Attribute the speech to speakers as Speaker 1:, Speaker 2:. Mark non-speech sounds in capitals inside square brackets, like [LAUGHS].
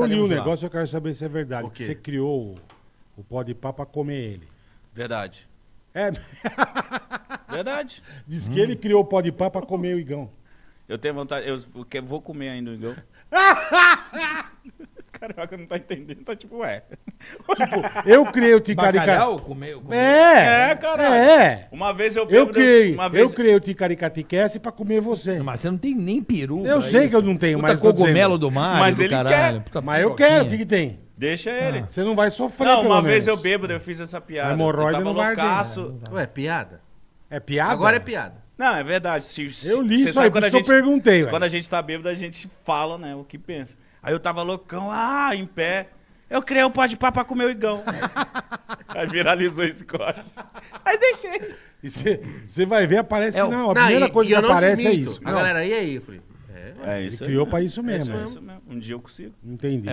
Speaker 1: Li um
Speaker 2: Vamos lá.
Speaker 1: negócio, eu quero saber se é verdade.
Speaker 2: O
Speaker 1: que
Speaker 2: quê?
Speaker 1: você criou o, o pó de pá pra comer ele.
Speaker 3: Verdade.
Speaker 1: É, [LAUGHS]
Speaker 3: Verdade.
Speaker 1: diz que ele criou o pó de pá pra comer o igão.
Speaker 3: Eu tenho vontade. Eu que- vou comer ainda o [LAUGHS] igão. Caraca, não tá entendendo. Tá tipo, ué.
Speaker 1: Eu criei o ticarica.
Speaker 2: Bacalhau? Comeu? comeu.
Speaker 1: É!
Speaker 3: É, caralho.
Speaker 1: É!
Speaker 3: Uma vez eu
Speaker 1: Eu
Speaker 3: bêbado,
Speaker 1: criei,
Speaker 3: uma vez
Speaker 1: eu criei o ticaricatiquece pra comer você.
Speaker 2: Mas você não tem nem peru.
Speaker 1: Eu
Speaker 2: pra
Speaker 1: sei
Speaker 2: isso.
Speaker 1: que eu não tenho,
Speaker 2: Puta
Speaker 1: mas tô
Speaker 2: cogumelo
Speaker 1: dizendo.
Speaker 2: do mar,
Speaker 3: Mas
Speaker 2: do
Speaker 3: ele
Speaker 2: caralho.
Speaker 3: quer.
Speaker 2: Puta
Speaker 1: Mas eu
Speaker 2: pipoquinha.
Speaker 1: quero, o que, que tem?
Speaker 3: Deixa
Speaker 1: Ah,
Speaker 3: ele.
Speaker 1: Você não vai sofrer,
Speaker 3: Não,
Speaker 1: pelo
Speaker 3: uma vez eu
Speaker 1: menos.
Speaker 3: bêbado, eu fiz essa piada.
Speaker 1: A hemorroida
Speaker 3: eu tava
Speaker 1: não vai né? arder,
Speaker 3: loucaço.
Speaker 4: Ué, piada?
Speaker 1: É piada?
Speaker 4: Agora é piada.
Speaker 3: Não, é verdade. Se, se-
Speaker 1: Eu li
Speaker 3: cê
Speaker 1: isso
Speaker 3: sabe
Speaker 1: aí, por
Speaker 3: quando a
Speaker 1: isso que eu
Speaker 3: gente-
Speaker 1: perguntei, velho.
Speaker 3: Quando a gente tá bêbado, a gente fala, né, o que pensa. Aí eu tava loucão, ah, em pé. Eu criei um pó de pá pra comer o
Speaker 1: [LAUGHS]
Speaker 3: igão. aí viralizou esse corte. Aí deixei.
Speaker 1: E Você vai ver, aparece
Speaker 2: É o-
Speaker 1: não. A primeira coisa que aparece é
Speaker 4: desminto.
Speaker 1: isso.
Speaker 4: A
Speaker 1: Não,
Speaker 4: galera, e aí? Eu falei, é,
Speaker 3: É
Speaker 1: né? Ele
Speaker 3: isso aí.
Speaker 1: criou pra isso mesmo.
Speaker 3: É
Speaker 1: né?
Speaker 3: isso mesmo. Um dia eu consigo.
Speaker 1: Entendi.
Speaker 2: É,